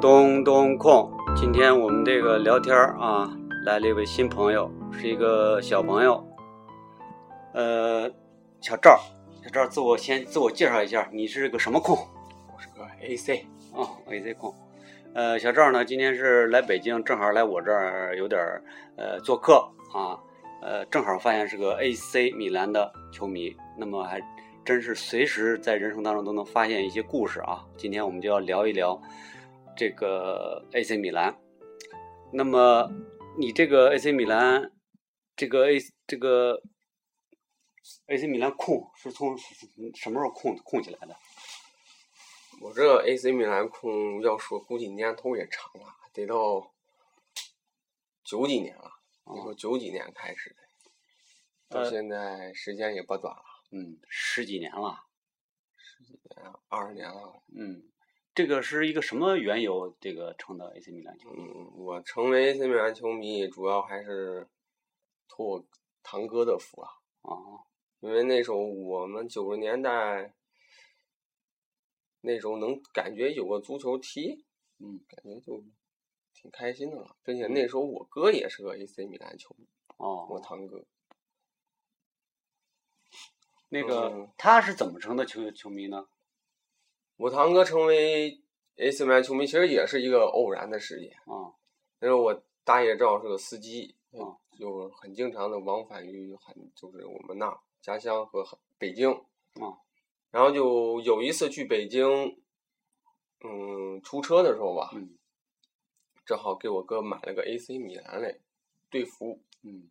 东东控，今天我们这个聊天儿啊，来了一位新朋友，是一个小朋友，呃，小赵，小赵自我先自我介绍一下，你是个什么控？我是个 AC，哦，AC 控。呃，小赵呢，今天是来北京，正好来我这儿有点儿呃做客啊，呃，正好发现是个 AC 米兰的球迷，那么还真是随时在人生当中都能发现一些故事啊。今天我们就要聊一聊这个 AC 米兰。那么你这个 AC 米兰，这个 A 这个 AC 米兰控是从是是什么时候控控起来的？我这 AC 米兰控要说估计年头也长了，得到九几年了。你说九几年开始的，到呃现在时间也不短了，嗯，十几年了。二十年了。嗯，这个是一个什么缘由？这个成的 AC 米兰球迷？嗯，我成为 AC 米兰球迷主要还是托我堂哥的福啊，哦，因为那时候我们九十年代。那时候能感觉有个足球踢，嗯，感觉就挺开心的了。并且那时候我哥也是个 AC 米兰球迷，我哦，堂哥。那个嗯他是怎么成的球球迷呢？我堂哥成为 AC 米兰球迷，其实也是一个偶然的事件。啊，那时候我大爷正好是个司机，嗯就很经常的往返于很就是我们那儿家乡和很北京。嗯然后就有一次去北京，嗯，出车的时候吧，嗯正好给我哥买了个 AC 米兰嘞队服。嗯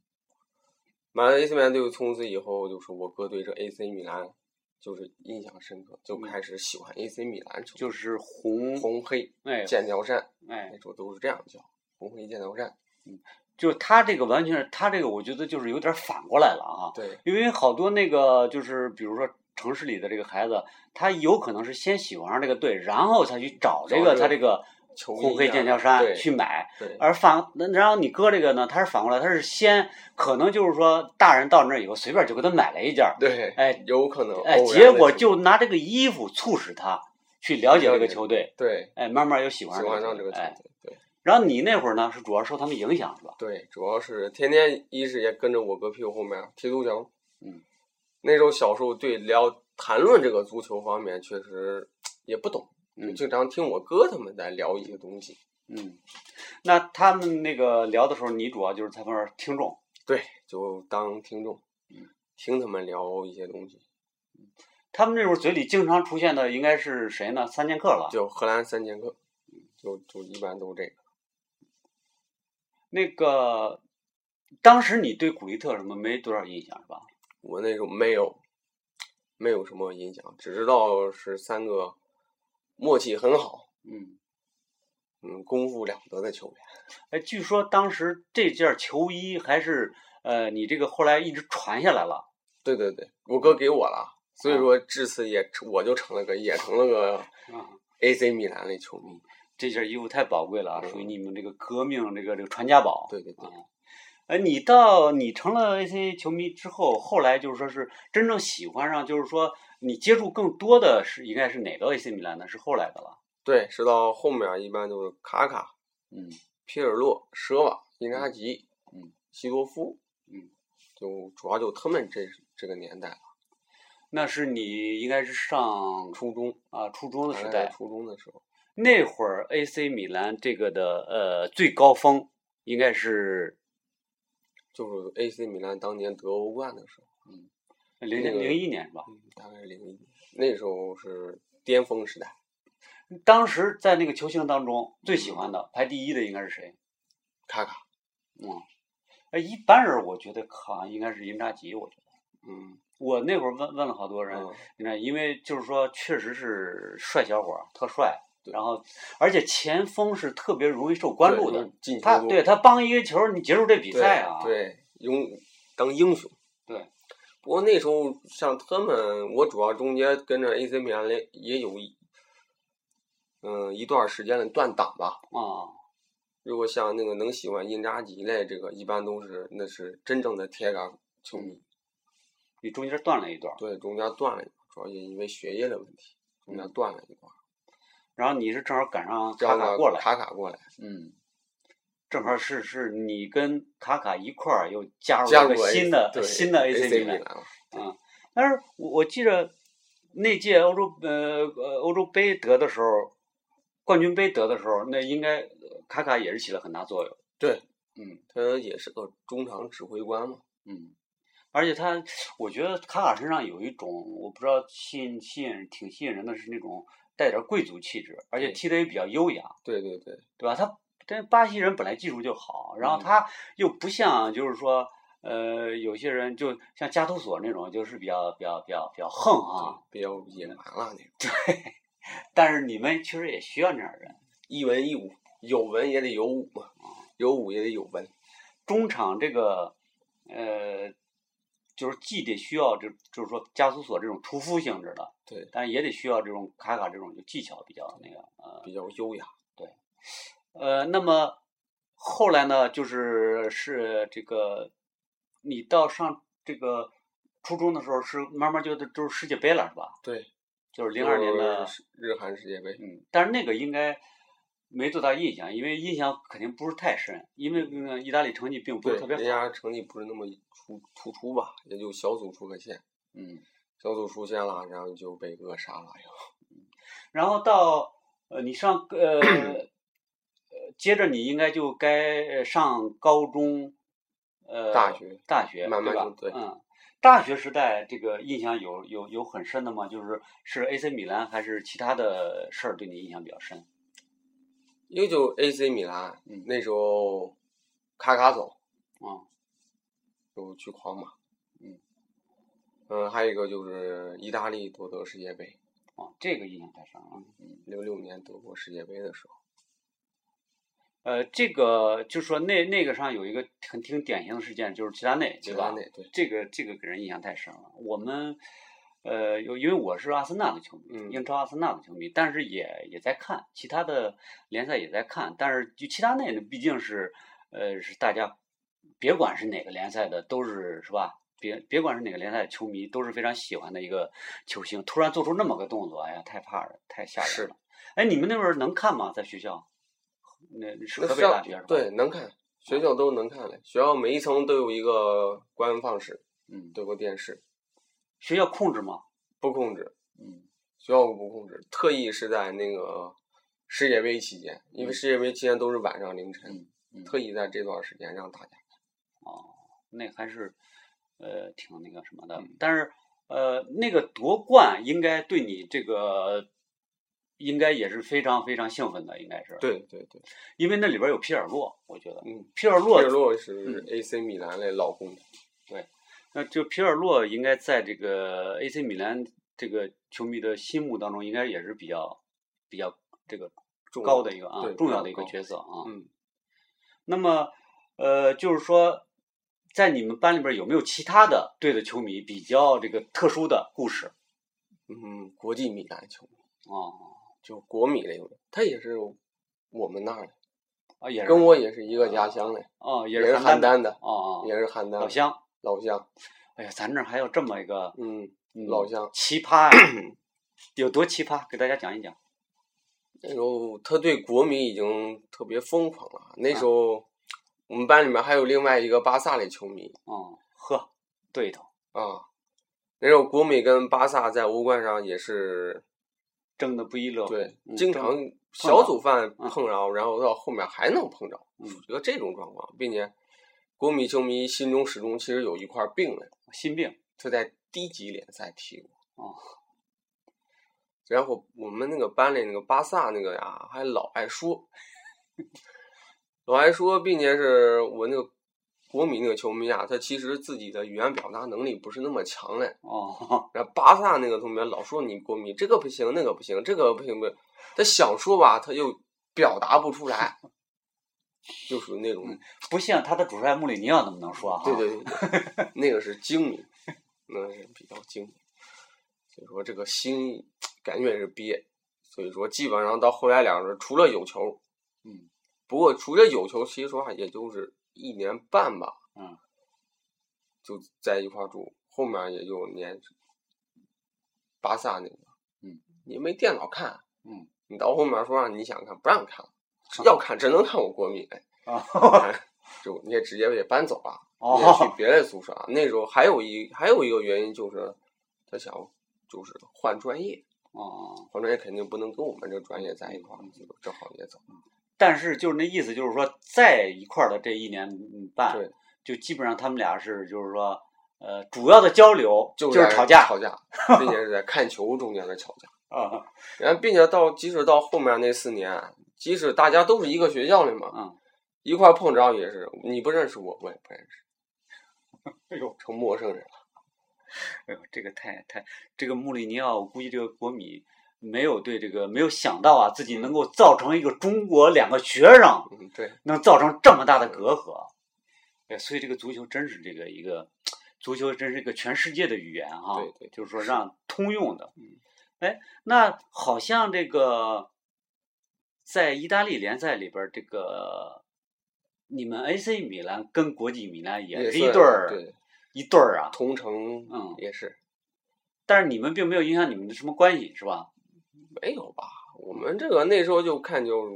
买了 AC 米兰队服，从此以后就是我哥对这 AC 米兰就是印象深刻，就嗯开始喜欢 AC 米兰球队，就是红，红黑哎剑桥山。哎那，时候都是这样叫，红黑剑桥站。就他这个完全是他这个，我觉得就是有点反过来了啊，对，因为好多那个就是比如说。城市里的这个孩子，他有可能是先喜欢上这个队，然后才去找这找个这个他这个球红衣黑啊剑桥山对去买，对而反，那然后你哥这个呢，他是反过来，他是先可能就是说，大人到那儿以后随便就给他买了一件儿，对，哎有可能。哎，偶然结的果情就拿这个衣服促使他去了解这个球队，对哎，慢慢又喜欢喜欢上这这个球哎。队。对然后你那会儿呢，是主要受他们影响是吧？对，主要是天天一是也跟着我哥屁股后面踢足球。嗯，那时候小时候对聊谈论这个足球方面确实也不懂，就嗯经常听我哥他们在聊一些东西。嗯。那他们那个聊的时候，你主要就是在旁边听众。对，就当听众嗯，听他们聊一些东西。他们那时候嘴里经常出现的应该是谁呢？三剑客了。就荷兰三剑客，嗯就就一般都这个。那个，当时你对古利特什么没多少印象是吧？我那时候没有，没有什么印象，只知道是三个默契很好，嗯。嗯，功夫了得的球员。哎，据说当时这件球衣还是呃，你这个后来一直传下来了。对对对，我哥给我了，所以说至此也成我就成了个也成了个啊 AC 米兰的球迷。这件衣服太宝贵了啊，嗯属于你们这个革命这个这个传家宝。对对对，哎，你到你成了 AC 球迷之后，后来就是说是真正喜欢上，就是说你接触更多的是应该是哪个 AC 米兰呢？是后来的了。对，直到后面一般都是卡卡、嗯皮尔洛、舍瓦、因扎吉、嗯、西多夫，嗯，就主要就他们这这个年代了，那是你应该是上初初中啊初中的时大概代，初中的时候。那会儿 AC 米兰这个的呃最高峰应该是就是 AC 米兰当年得欧冠的时候，零那个零一年是吧？嗯，大概是零一年，那时候是巅峰时代，当时在那个球星当中最喜欢嗯的排第一的应该是谁？卡卡，嗯，哎，一般人我觉得好像应该是因扎吉，我觉得。嗯，我那会儿问问了好多人，嗯你看，因为就是说，确实是帅小伙儿，特帅。对然后，而且前锋是特别容易受关注的，，进球他多对他帮一个球儿，你结束这比对赛啊。对，用当英雄，对。不过那时候像他们，我主要中间跟着 AC 米兰联也有一，嗯、一段时间的断档吧。啊，如果像那个能喜欢因扎吉类，这个一般都是那是真正的铁杆球迷。嗯你中间断了一段儿。对，中间断了一段，主要也因为学业的问题，中间断了一段。然后你是正好赶上嗯卡让卡过来，卡卡过来，嗯，正好是是你跟卡卡一块儿又加入加了入个新的新的 AC 米米兰，了。但是我我记着那届欧洲呃呃欧洲杯得的时候，冠军杯得的时候，那应该卡卡也是起了很大作用。对，嗯他也是个中场指挥官嘛，嗯，而且他，我觉得卡卡身上有一种我不知道吸引吸引挺吸引人的是那种带点贵族气质，而且对踢得也比较优雅，对对对，对吧？他但巴西人本来技术就好，然后嗯他又不像就是说。呃，有些人就像加图索那种，就是比较比较比较比较横啊，比较野蛮了那种，但是你们其实也需要那样的人。一文一武，有文也得有武嘛，有武也得有文，中场这个，呃，就是既得需要就就是说加图索这种屠夫性质的，对，但也得需要这种卡卡这种就技巧比较那个呃比较优雅。呃，那么后来呢，就是是这个，你到上这个初中的时候是慢慢就都都是世界杯了是吧？对，就是零二年的就是日韩世界杯，嗯，但是那个应该没多大印象，因为印象肯定不是太深，因为呃意大利成绩并不对是特别人好。家成绩不是那么突突出吧，也就小组出个线，嗯，小组出线了，然后就被扼杀了。哎然后到呃，你上呃呃，接着你应该就该呃上高中，呃，大学，大学，慢慢对吧就对嗯。大学时代，这个印象有有有很深的吗？就是是 AC 米兰还是其他的事儿对你印象比较深？因为就 AC 米兰，嗯那时候卡卡走，嗯，就去皇马，嗯，嗯，还有一个就是意大利夺得世界杯，哦，这个印象太深了。零六年德国世界杯的时候，呃，这个就说那那个上有一个很挺典型的事件，就是齐达内，齐对达吧？内对，这个这个给人印象太深了。我们呃，有因为我是阿森纳的球迷，嗯英超阿森纳的球迷，但是也也在看其他的联赛也在看，但是就齐达内呢，毕竟是呃是大家别管是哪个联赛的，都是是吧？别别管是哪个联赛的球迷，都是非常喜欢的一个球星。突然做出那么个动作，哎呀，太怕人，太吓是人了。哎，你们那边儿能看吗？在学校？那是那河北上大学是吧？对，能看，学校都能看嘞，学校每一层都有一个官方室，嗯，都有个电视，学校控制吗？不控制，嗯学校不控制，特意是在那个世界杯期间，因为嗯世界杯期间都是晚上凌晨，嗯嗯，特意在这段时间让大家哦，那还是呃挺那个什么嗯的，但是呃那个夺冠应该对你这个应该也是非常非常兴奋的，应该是，对对对，因为那里边有皮尔洛，我觉得嗯，皮尔皮洛嗯尔洛是 AC 米兰的老公，那就皮尔洛应该在这个 AC 米兰这个球迷的心目当中，应该也是比较比较这个重高要的一个啊对重比要较的一个高角色啊。嗯，那么呃，就是说，在你们班里边有没有其他的队的球迷比较这个特殊的故事嗯，国际米兰球迷，哦，就国米类的，他也是我们那儿的，啊，也是跟我也是一个家乡的，哦，也也是是邯邯郸郸的，哦，也是邯郸老的乡。老乡，哎呀，咱这儿还有这么一个嗯，嗯老乡奇葩呀， 有多奇葩？给大家讲一讲。那时候他对国米已经特别疯狂了。那啊时候我们班里面还有另外一个巴萨的球迷哦，呵，对头，啊。那时候国米跟巴萨在欧冠上也是争的不亦乐乎。对，嗯经争啊常小组饭碰着，然后到后面还能碰着，嗯处于个这种状况，并且国米球迷心中始终其实有一块病嘞，心病。他在低级联赛踢过。啊哦然后我们那个班里那个巴萨那个呀，还老爱说， 老爱说，并且是我那个国米那个球迷啊，他其实自己的语言表达能力不是那么强嘞。哦， 然后巴萨那个同学老说你国米这个不行，那个不行，这个不行不行，他想说吧，他又表达不出来，就属于那种，不像他的主帅穆里尼奥那么能说哈。啊对对 对对，那个是精明，那是比较精明。所以说这个心感觉也是憋，所以说基本上到后来两个人除了有球，嗯，不过除了有球，其实说话也就是一年半吧，嗯，就在一块儿住，后面也就连巴萨那个，嗯，也没电脑看，嗯，你到后面说让你想看不让看了，要看只能看我国 米， 啊，就你也直接也搬走了，你也去哦，别的宿舍啊。那时候还有一还有一个原因就是他想就是换专业，哦，换专业肯定不能跟我们这个专业在一块儿，就正好也走。但是就是那意思，就是说在一块儿的这一年半，对，就基本上他们俩是就是说，呃，主要的交流就是在吵架吵架，并且是在看球中间的吵架。啊，然后，并且到即使到后面那四年，即使大家都是一个学校里嘛，嗯，一块儿碰着也是你不认识我，我也不认识，哎呦，成陌生人了。哎呦，这个太太，这个穆里尼奥，我估计这个国米没有对这个没有想到啊，自己能够造成一个中国两个学生嗯，对，能造成这么大的隔阂，哎，所以这个足球真是这个一个，足球真是一个全世界的语言哈、对嗯对就是说让通用的。哎，那好像这个在意大利联赛里边儿，这个你们 AC 米兰跟国际米兰也也是算一对儿对，一对儿啊，同城，嗯也是但是你们并没有影响你们的什么关系是吧？没有吧？我们这个那时候就看就，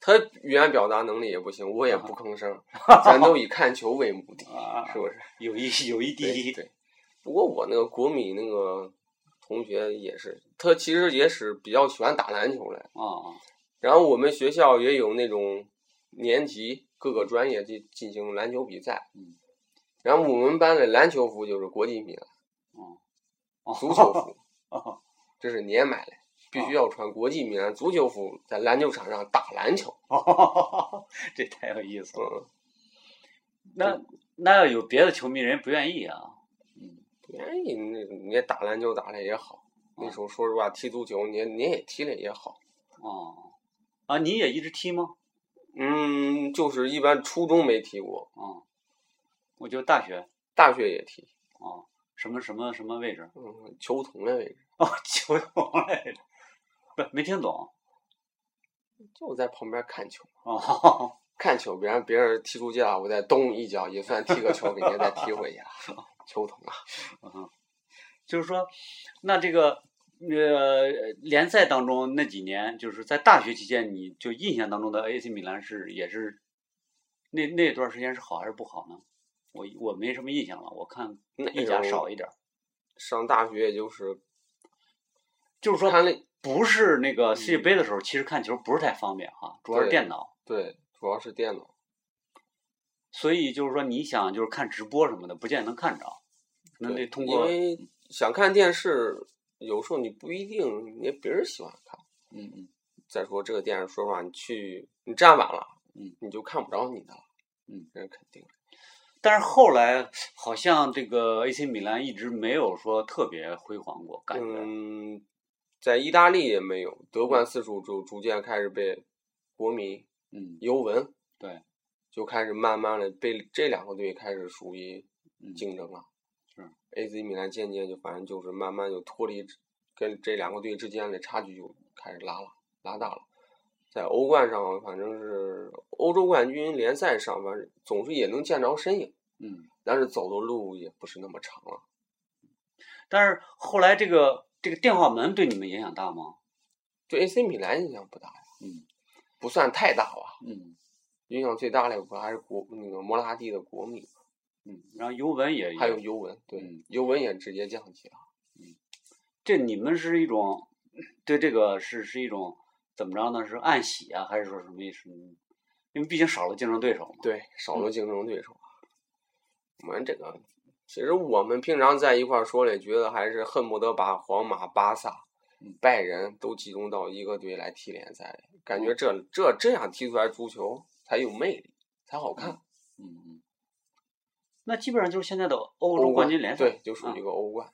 他语言表达能力也不行，我也不 吭声，咱都以看球为目的，啊是不是？ 友谊友谊第对一，对。不过我那个国米那个同学也是，他其实也是比较喜欢打篮球来。啊然后我们学校也有那种年级各个专业进进行篮球比赛。嗯。然后我们班的篮球服就是国际米兰，啊，足球服哦这是年买的，必须要穿国际米兰足球服，在篮球场上打篮球。哦， 这太有意思了。嗯，那那要有别的球迷，人不愿意啊。哎，你你也打篮球打的也好，那时候说实话踢足球你也你也踢的也好。哦，啊，你也一直踢吗？嗯，就是一般初中没踢过，啊，我就大学大学也踢，啊，什么什么什么位置？嗯，球童的位置，哦，球童来着，不没听懂就在旁边看球，哦。看球，别让别人踢出界了，我再咚一脚也算踢个球，给人家再踢回 去啊，球童啊，就是说，那这个呃联赛当中那几年，就是在大学期间，你就印象当中的 AC 米兰是也是那那段时间是好还是不好呢？我我没什么印象了，我看那意甲时候少一点儿，上大学也就是就是说看了，不是那个世界杯的时候，其实看球不是太方便哈、主要是对电脑。对，主要是电脑，所以就是说，你想就是看直播什么的，不见得能看着，可能得对通因过为想看电视，有时候你不一定你别人喜欢看。嗯嗯再说这个电视，说实话，你去你站晚了，嗯，你就看不着你的了，嗯，这是肯定的。但是后来好像这个 AC 米兰一直没有说特别辉煌过，感觉、嗯，在意大利也没有，德冠次数就逐渐开始被国米、嗯尤文对，就开始慢慢的被这两个队开始属于嗯竞争了。是 AC 米兰渐渐就反正就是慢慢就脱离之跟这两个队之间的差距就开始拉了拉大了。在欧冠上，反正是欧洲冠军联赛上，反正总是也能见着身影，嗯，但是走的路也不是那么长了。但是后来这个这个电话门对你们影响大吗？对 AC 米兰影响不大呀，嗯，不算太大吧。嗯影响最大的不还是国那个摩拉蒂的国米，嗯，然后尤文也还有尤文，对，嗯尤文也直接降级了。这你们是一种对这个是是一种怎么着呢？是暗喜啊，还是说什么意思？嗯因为毕竟少了竞争对手嘛。对，嗯少了竞争对手。我们这个，其实我们平常在一块儿说嘞，觉得还是恨不得把皇马、巴萨嗯、拜仁都集中到一个队来踢联赛，感嗯觉这这这样踢出来足球才有魅力，才好看。嗯嗯，那基本上就是现在的欧洲欧冠军联赛，对，就属于一啊个欧冠。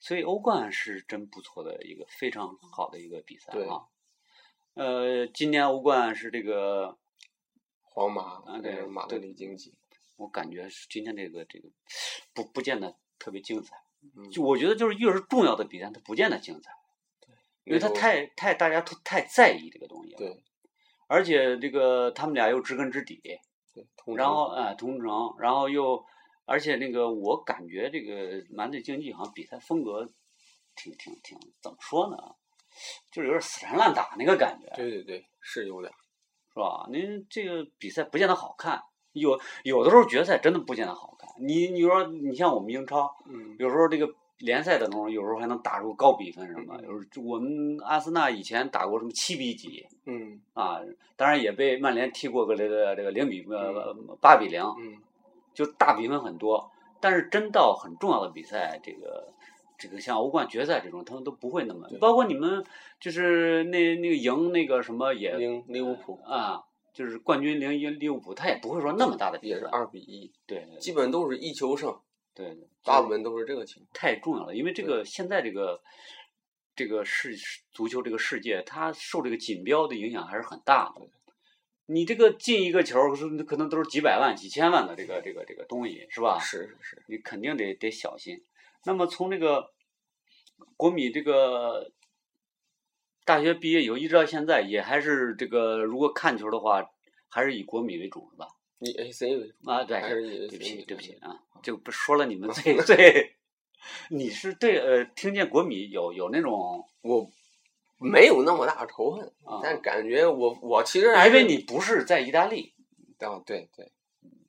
所以欧冠是真不错的一个非常好的一个比赛对啊。呃，今年欧冠是这个，皇马啊还对是马德对里竞技，我感觉是今天这个这个不不见得特别精彩。嗯就我觉得就是越是重要的比赛，它不见得精彩，因为它那种太太大家都太在意这个东西了。对，而且这个他们俩又知根知底，对，同然城后哎、同城，然后又，而且那个我感觉这个满嘴竞技好像比赛风格挺挺挺怎么说呢？就是有点死缠烂打那个感觉，对对对，是有点。是吧？您这个比赛不见得好看，有有的时候决赛真的不见得好看。你你说你像我们英超，嗯有时候这个联赛当中，有时候还能打出高比分什嗯么的。有时候就我们阿森纳以前打过什么七比几嗯啊，当然也被曼联踢过个这个这个零比呃嗯八比零，嗯，就大比分很多。但是真到很重要的比赛，这个这个像欧冠决赛这种，他们都不会那么对。包括你们就是那那个赢那个什么也零利物浦啊，就是冠军零一利物浦，他也不会说那么大的比也是分，啊二比一，对对基本都是一球胜，对，对大部分都是这个情况。太重要了，因为这个现在这个这个世足球这个世界，它受这个锦标的影响还是很大的。你这个进一个球，是可能都是几百万、几千万的这个这个这个东西，是吧？是是是，你肯定得得小心。那么从这个国米这个大学毕业以后一直到现在，也还是这个如果看球的话，还是以国米为主，是吧？哎以 AC 为主，啊，对，还是以 AC 对不起，为主对不起，啊，就不说了你们最最，你是对呃，听见国米有有那种我没有那么大仇恨，啊，但感觉我我其实还因为是你不是在意大利，啊，对对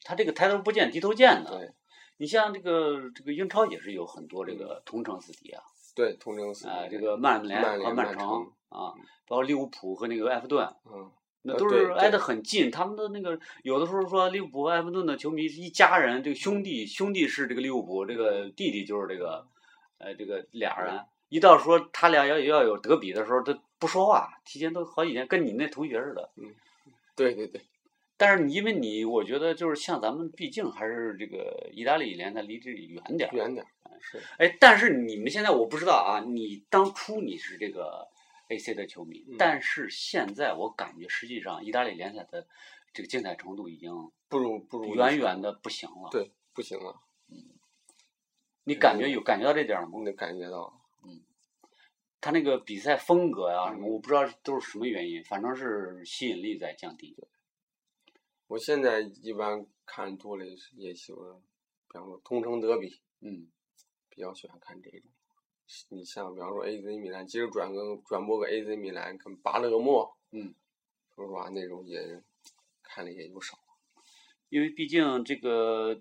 他这个抬头不见低头见的。对你像这个这个英超也是有很多这个同城死敌啊，对，同城死啊，敌这个曼联曼和联、曼曼城，啊，包括利物浦和那个埃弗顿，嗯，那呃都对是挨对得很近。他们的那个有的时候说利物浦、埃弗顿的球迷是一家人，这个兄弟兄弟是这个利物浦，这个弟弟就是这个，呃，这个俩人。一到说他俩要要有德比的时候，他不说话，提前都好几天，跟你那同学似的。对对对，但是你因为你，我觉得就是像咱们，毕竟还是这个意大利联赛离这里远点儿。远点儿是哎，但是你们现在我不知道啊，你当初你是这个 AC 的球迷，嗯但是现在我感觉实际上意大利联赛的这个精彩程度已经不如不如远远的不行了。对不行了，你感觉有感觉到这点儿吗？你得感觉到他那个比赛风格呀、什么，嗯我不知道都是什么原因，反正是吸引力在降低。我现在一般看多了也是也喜欢，比方说同城德比，嗯，比较喜欢看这种。你像比方说 AC 米兰，其实转个转播个 AC 米兰跟巴勒莫，嗯，说实话那种也看的也就少。因为毕竟这个，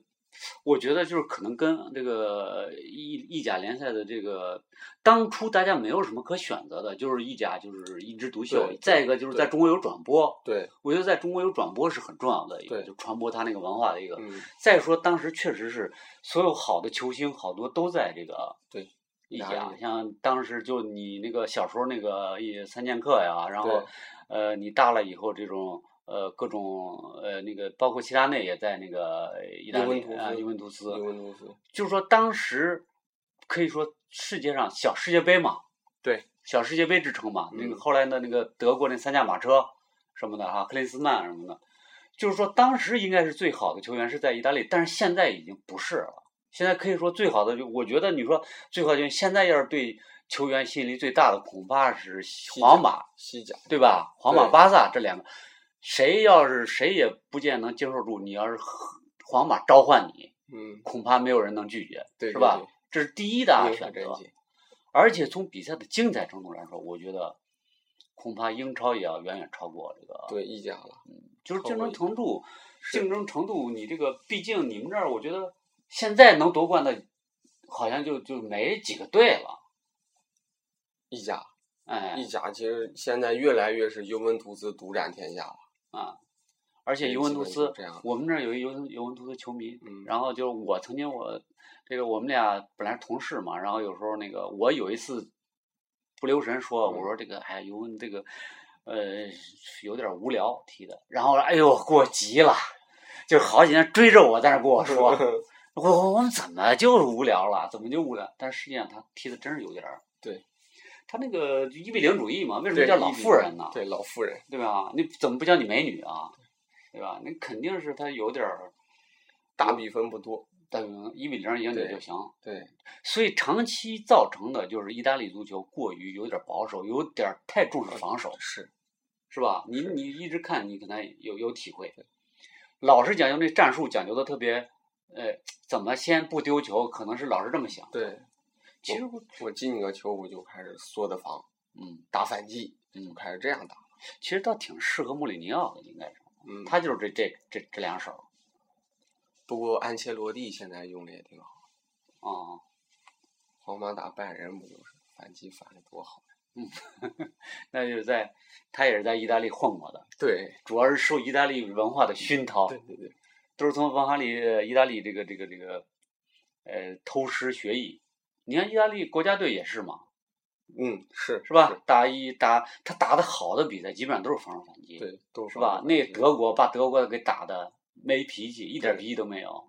我觉得就是可能跟这个意意甲联赛的这个，当初大家没有什么可选择的，就是意甲就是一枝独秀对。再一个就是在对中国有转播，对，我觉得在中国有转播是很重要的一个，对就传播它那个文化的一个。嗯，再说当时确实是所有好的球星好多都在这个对意意甲甲，像当时就你那个小时候那个一三剑客呀，然后对呃你大了以后这种呃各种呃那个包括齐达内也在那个意大尤文利图啊斯尤文图斯尤，文图斯，就是说当时可以说世界上小世界杯嘛，对，小世界杯之称嘛。那个嗯后来的那个德国那三驾马车什么的哈、克林斯曼什么的，就是说当时应该是最好的球员是在意大利，但是现在已经不是了。现在可以说最好的就，我觉得你说最好的球员，现在要是对球员吸引力最大的，恐怕是甲皇马，西甲，对吧？皇马、对巴萨这两个，谁要是谁也不见能接受住。你要是皇马召唤你，嗯，恐怕没有人能拒绝。对，是吧？这是第一大英选超择战。绩，而且从比赛的精彩程度来说，我觉得恐怕英超也要远远超过这个，对意甲了，就是超竞过争一程度，是竞争程度，你这个毕竟你们这儿，我觉得现在能夺冠的，好像就就没几个队了，意甲，哎意，甲其实现在越来越是尤文图斯独占天下了，而且也尤文基图本就斯这样，我们这儿有一尤文尤文图斯球迷，嗯，然后就是我曾经我这个我们俩本来是同事嘛，然后有时候那个我有一次不留神说，我嗯说这个哎尤文这个呃有点无聊踢的，然后哎呦给我急了，就好几天追着我在那跟我 说，我我们怎么就无聊了，怎么就无聊？但是实际上他踢的真是有点儿对。他那个一比零主义嘛，为什么对叫老意比妇人呢？对老妇人，对吧？你怎么不叫你美女啊？对吧？那肯定是他有点儿嗯大比分不多，但一比零赢你就对行。对，所以长期造成的就是意大利足球过于有点保守，有点儿太重视防守，呃是是吧？你是你一直看，你可能有有体会。老是讲究那战术，讲究的特别，呃，怎么先不丢球，可能是老是这么想。对其实我我进一个球我就开始缩的防，嗯，打反击，嗯就开始这样打。其实倒挺适合穆里尼奥的，应该是嗯，他就是这这这这两手不过安切洛蒂现在用的也挺好，啊。皇马打拜仁不就是反击反的多好？那就是在他也是在意大利混过的，对，主要是受意大利文化的熏陶，对对对，都是从文化里呃意大利这个这个这个呃偷师学艺。你看意大利国家队也是嘛，嗯，是是吧？？打一打他打的好的比赛，基本上都是防守反击，对，都是吧？那德国把德国给打的没脾气，一点对脾气都没有，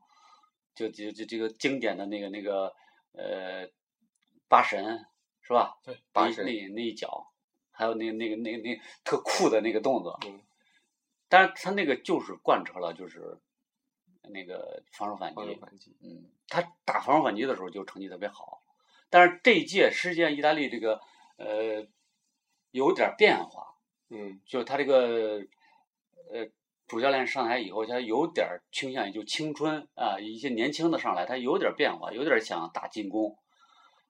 就就就这个经典的那个那个呃八神是吧？对那八一神那那一脚，还有那那个那个那个特酷的那个动作，嗯但是他那个就是贯彻了就是那个防守反击，防守反击，嗯，他打防守反击的时候就成绩特别好，但是这一届实际上意大利这个呃有点变化，嗯，就是他这个呃主教练上台以后，他有点倾向于就青春啊、一些年轻的上来，他有点变化，有点想打进攻。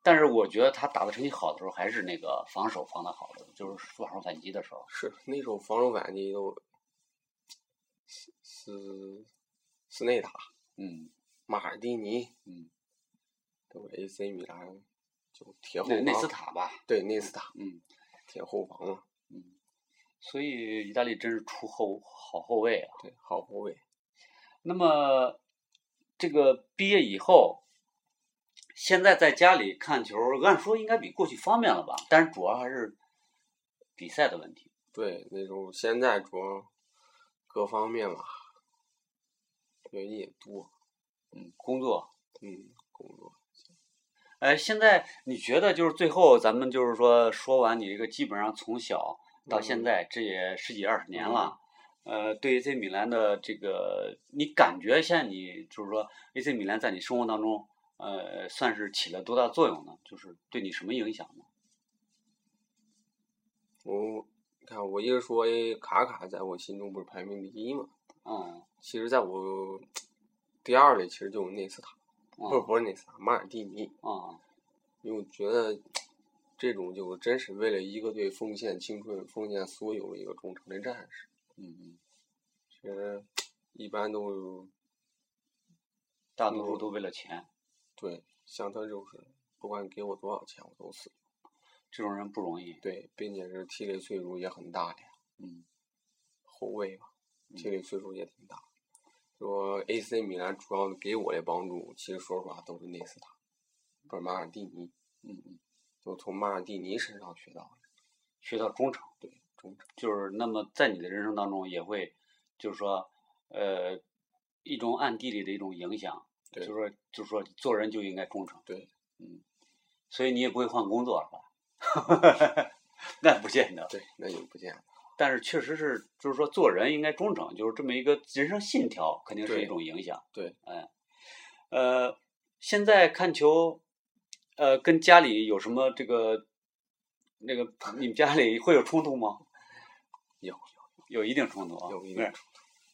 但是我觉得他打的成绩好的时候，还是那个防守防的好的，就是防守反击的时候。是那种防守反击都斯斯斯内塔、嗯，马尔蒂尼，嗯，都是 AC 米兰就铁后内防，内斯塔吧，对内斯塔嗯，铁后防嘛，所以意大利真是出后好后卫啊。对，好后卫，那么这个毕业以后，现在在家里看球，按说应该比过去方便了吧？但是主要还是比赛的问题。对，那种现在主要各方面吧，原因也多，嗯，工作。嗯，工作，哎，现在你觉得就是最后咱们就是说说完你这个基本上从小到现在，这也十几二十年了。呃，对 AC 米兰的这个，你感觉像你就是说 AC 米兰在你生活当中，呃，算是起了多大作用呢？就是对你什么影响呢？我你看我一直说，哎，卡卡在我心中不是排名第一嘛，嗯，其实在我第二类其实就有内斯塔，嗯不是不是内斯塔，马尔蒂尼。嗯因为我觉得这种就真是为了一个队奉献青春、奉献所有的一个忠诚的战士。嗯嗯，其实一般都大多数都为了钱，对，像他就是不管给我多少钱，我都死。这种人不容易。对，并且是体力岁数也很大的呀，嗯后卫嘛，嗯体力岁数也挺大。说 AC 米兰主要给我的帮助，其实说实话都是内斯塔，不是马尔蒂尼，嗯嗯，都从马尔蒂尼身上学到的学到忠诚，忠诚。就是那么在你的人生当中也会，就是说，呃，一种暗地里的一种影响，就对是说，就是说做人就应该忠诚。对，嗯，所以你也不会换工作是吧？ 那不见得，对，那也不见得。但是确实是，就是说做人应该忠诚，就是这么一个人生信条，肯定是对一种影响。对，哎，呃，现在看球，呃，跟家里有什么这个那个，你们家里会有冲突吗？有有一定冲突啊，有一不定是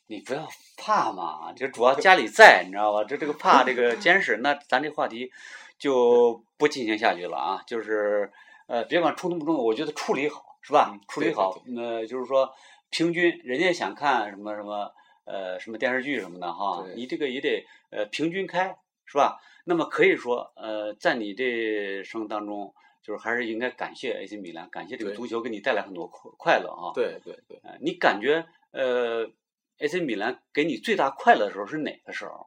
你不要怕嘛，就主要家里在，你知道吧？这这个怕这个监 视，那咱这话题就不进行下去了啊。就是呃，别管冲突不冲突，我觉得处理好是吧？嗯处理对对好，呃，就是说平均，人家想看什么什么呃什么电视剧什么的哈，对你这个也得呃平均开是吧？那么可以说呃，在你这生当中，就是还是应该感谢 AC 米兰，感谢这个对足球给你带来很多快快乐啊。对对对。呃，你感觉呃，AC 米兰给你最大快乐的时候是哪个时候？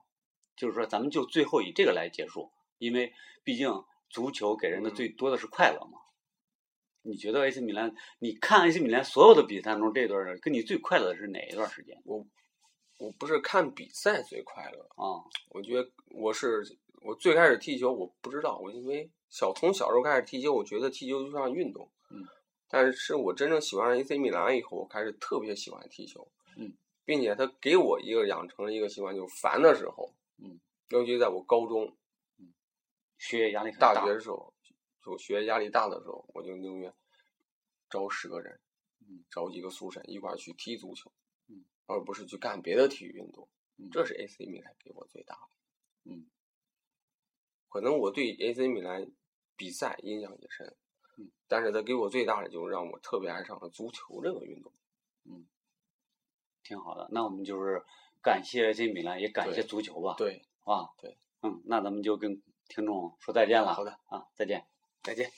就是说，咱们就最后以这个来结束，因为毕竟足球给人的嗯最多的是快乐嘛。你觉得 AC 米兰，你看 AC 米兰所有的比赛中，这段儿跟你最快乐的是哪一段时间我不是看比赛最快乐，啊？我觉得我是我最开始踢球，我不知道，我因为小从小时候开始踢球，我觉得踢球就像运动。嗯。但是我真正喜欢上 AC 米兰以后，我开始特别喜欢踢球。嗯。并且他给我一个养成了一个习惯，就是烦的时候，嗯，尤其在我高中、学业压力很大学的时候，就学业压力大的时候，我就宁愿招十个人，嗯，找几个宿舍一块儿去踢足球，嗯，而不是去干别的体育运动。嗯这是 AC 米兰给我最大的。嗯，可能我对 AC 米兰比赛印象也深，嗯，但是他给我最大的就是让我特别爱上了足球这个运动。挺好的。那我们就是感谢 AC 米兰，也感谢对足球吧，对，啊，对，嗯，那咱们就跟听众说再见了，好的，啊，再见。再见。